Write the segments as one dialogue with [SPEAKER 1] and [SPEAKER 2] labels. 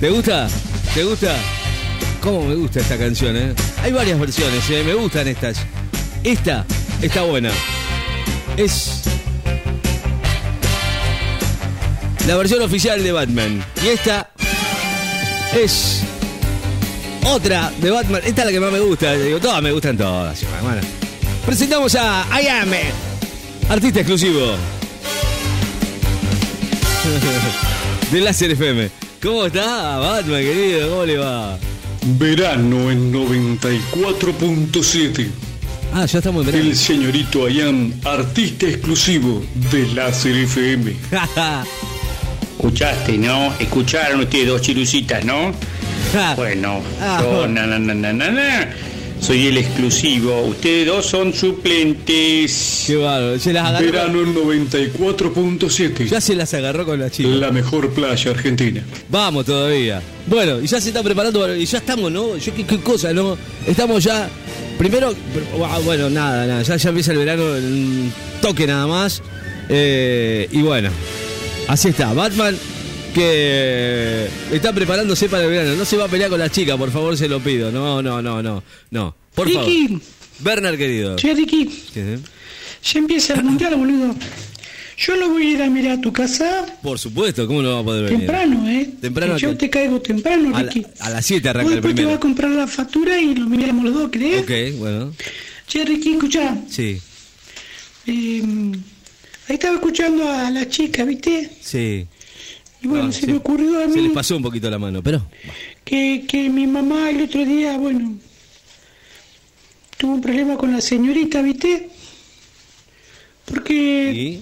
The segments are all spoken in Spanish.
[SPEAKER 1] ¿Te gusta? ¿Te gusta? ¿Cómo me gusta esta canción, eh? Hay varias versiones, eh, me gustan estas. Esta está buena. Es la versión oficial de Batman. Y esta es otra de Batman. Esta es la que más me gusta. Digo, todas me gustan todas. hermano. Presentamos a I Am, artista exclusivo de Láser FM. ¿Cómo está Batman, querido? ¿Cómo le va?
[SPEAKER 2] Verano en 94.7.
[SPEAKER 1] Ah, ya estamos en verano.
[SPEAKER 2] El señorito Ayam, artista exclusivo de Láser FM.
[SPEAKER 3] Escuchaste, ¿no? Escucharon ustedes dos chirucitas, ¿no? Bueno,
[SPEAKER 1] Ah,
[SPEAKER 3] yo,
[SPEAKER 1] bueno.
[SPEAKER 3] na, na, na, na, na, na, soy el exclusivo. Ustedes dos son suplentes.
[SPEAKER 1] Qué bárbaro. Se las agarró.
[SPEAKER 2] Verano en 94.7.
[SPEAKER 1] Ya se las agarró con la chica.
[SPEAKER 2] La mejor playa argentina.
[SPEAKER 1] Vamos todavía. Bueno, y ya se está preparando para- y ya estamos, ¿no? Yo qué, qué cosa, ¿no? Estamos ya. Primero, ah, bueno, nada, nada. Ya, ya empieza el verano en un toque nada más. Eh, y bueno, así está. Batman que está preparándose para el verano. No se va a pelear con la chica, por favor, se lo pido. No, no, no, no. No. Por favor.
[SPEAKER 3] Ricky.
[SPEAKER 1] Bernard querido.
[SPEAKER 3] Che, Ricky,
[SPEAKER 1] ¿Qué? eh?
[SPEAKER 3] ya empieza el mundial, boludo. Yo lo voy a ir a mirar a tu casa
[SPEAKER 1] Por supuesto, ¿cómo no va a poder venir?
[SPEAKER 3] temprano, ¿eh?
[SPEAKER 1] Temprano
[SPEAKER 3] Yo
[SPEAKER 1] que-
[SPEAKER 3] te caigo temprano,
[SPEAKER 1] A la-
[SPEAKER 3] Ricky.
[SPEAKER 1] a las 7 arranca
[SPEAKER 3] Vos
[SPEAKER 1] el
[SPEAKER 3] después te
[SPEAKER 1] primero.
[SPEAKER 3] vas a comprar la factura y lo miramos los dos, ¿crees?
[SPEAKER 1] Ok, bueno.
[SPEAKER 3] Che, Ricky, escuchá.
[SPEAKER 1] Sí,
[SPEAKER 3] eh, ahí estaba escuchando a la chica, ¿viste?
[SPEAKER 1] sí.
[SPEAKER 3] Y bueno,
[SPEAKER 1] No,
[SPEAKER 3] se me ocurrió a
[SPEAKER 1] Ah, Se les
[SPEAKER 3] mí
[SPEAKER 1] pasó un poquito la mano, pero.
[SPEAKER 3] que, que mi mamá el otro día, bueno, tuvo un problema con la señorita, ¿viste? Porque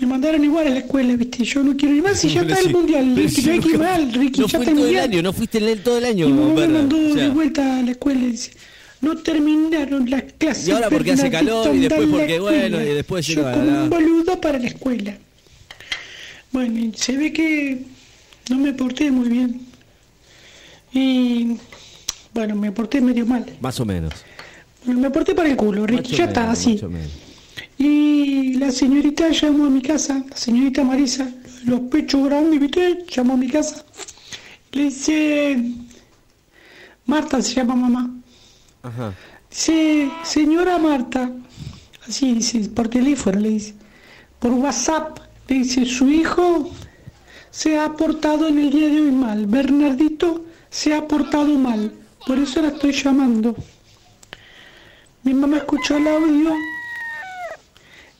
[SPEAKER 1] ¿Y?
[SPEAKER 3] me mandaron igual a la escuela, ¿viste? Yo no quiero ir más y ya
[SPEAKER 1] Pero
[SPEAKER 3] está el
[SPEAKER 1] sí,
[SPEAKER 3] mundial,
[SPEAKER 1] pero
[SPEAKER 3] Ricky,
[SPEAKER 1] sí,
[SPEAKER 3] no hay que ir más, Ricky,
[SPEAKER 1] no
[SPEAKER 3] ya
[SPEAKER 1] fue en
[SPEAKER 3] está
[SPEAKER 1] todo
[SPEAKER 3] el
[SPEAKER 1] el
[SPEAKER 3] mundial.
[SPEAKER 1] año, no fuiste en el- todo el año.
[SPEAKER 3] Y mi mamá me
[SPEAKER 1] Bernard.
[SPEAKER 3] mandó
[SPEAKER 1] O sea,
[SPEAKER 3] de vuelta a la escuela, dice, no terminaron las clases.
[SPEAKER 1] Y ahora porque hace
[SPEAKER 3] Fernando,
[SPEAKER 1] calor y
[SPEAKER 3] anda
[SPEAKER 1] después
[SPEAKER 3] a la
[SPEAKER 1] porque, bueno,
[SPEAKER 3] escuela".
[SPEAKER 1] y después
[SPEAKER 3] Yo
[SPEAKER 1] llega
[SPEAKER 3] como
[SPEAKER 1] la-
[SPEAKER 3] un boludo para la escuela. Bueno, y se ve que no me porté muy bien. Y bueno, me porté medio mal.
[SPEAKER 1] Más o menos.
[SPEAKER 3] Me porté para el culo,
[SPEAKER 1] Más
[SPEAKER 3] Ricky,
[SPEAKER 1] o
[SPEAKER 3] ya
[SPEAKER 1] menos,
[SPEAKER 3] está así.
[SPEAKER 1] más o menos.
[SPEAKER 3] Y la señorita llamó a mi casa, la señorita Marisa, los pechos grandes, ¿viste? Llamó a mi casa. Le dice, Marta se llama mamá.
[SPEAKER 1] Ajá.
[SPEAKER 3] Dice, señora Marta, así dice, por teléfono le dice, por WhatsApp, le dice, su hijo se ha portado en el día de hoy mal, Bernardito se ha portado mal, por eso la estoy llamando. Mi mamá escuchó el audio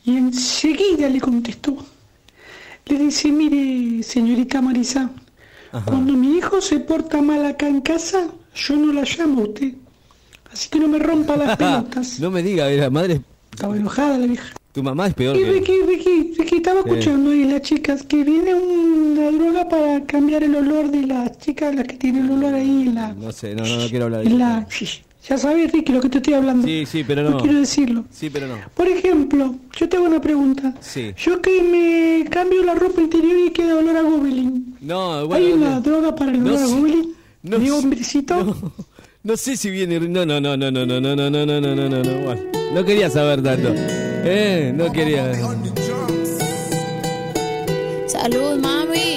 [SPEAKER 3] y enseguida le contestó. Le dice, mire, señorita Marisa, cuando mi hijo se porta mal acá en casa, yo no la llamo a usted. Así que no me rompa las pelotas.
[SPEAKER 1] no me diga, la madre.
[SPEAKER 3] Estaba enojada la vieja.
[SPEAKER 1] Tu mamá es peor
[SPEAKER 3] Y
[SPEAKER 1] que.
[SPEAKER 3] Ricky, Ricky, Ricky, estaba escuchando y las chicas que viene una droga para cambiar el olor de las chicas, las que tienen el olor ahí en la...
[SPEAKER 1] No sé, no, no, no quiero hablar de
[SPEAKER 3] en
[SPEAKER 1] eso.
[SPEAKER 3] la- Ya sabes, Ricky, lo que te estoy hablando.
[SPEAKER 1] Sí, sí, pero no.
[SPEAKER 3] No quiero decirlo.
[SPEAKER 1] Sí, pero no.
[SPEAKER 3] Por ejemplo, yo te hago una pregunta.
[SPEAKER 1] Sí.
[SPEAKER 3] Yo que me cambio la ropa interior y queda olor a gobelín.
[SPEAKER 1] No,
[SPEAKER 3] ¿Hay
[SPEAKER 1] bueno.
[SPEAKER 3] una
[SPEAKER 1] no-
[SPEAKER 3] droga para el
[SPEAKER 1] no
[SPEAKER 3] olor a
[SPEAKER 1] sé-
[SPEAKER 3] gobelín?
[SPEAKER 1] no
[SPEAKER 3] ¿De
[SPEAKER 1] sé-
[SPEAKER 3] hombrecito?
[SPEAKER 1] No, no sé si viene. No, no, no, no, no, no, no, no, no, no, no, no, no. bueno. no quería saber tanto. Eh, no quería.
[SPEAKER 4] Salud, mami.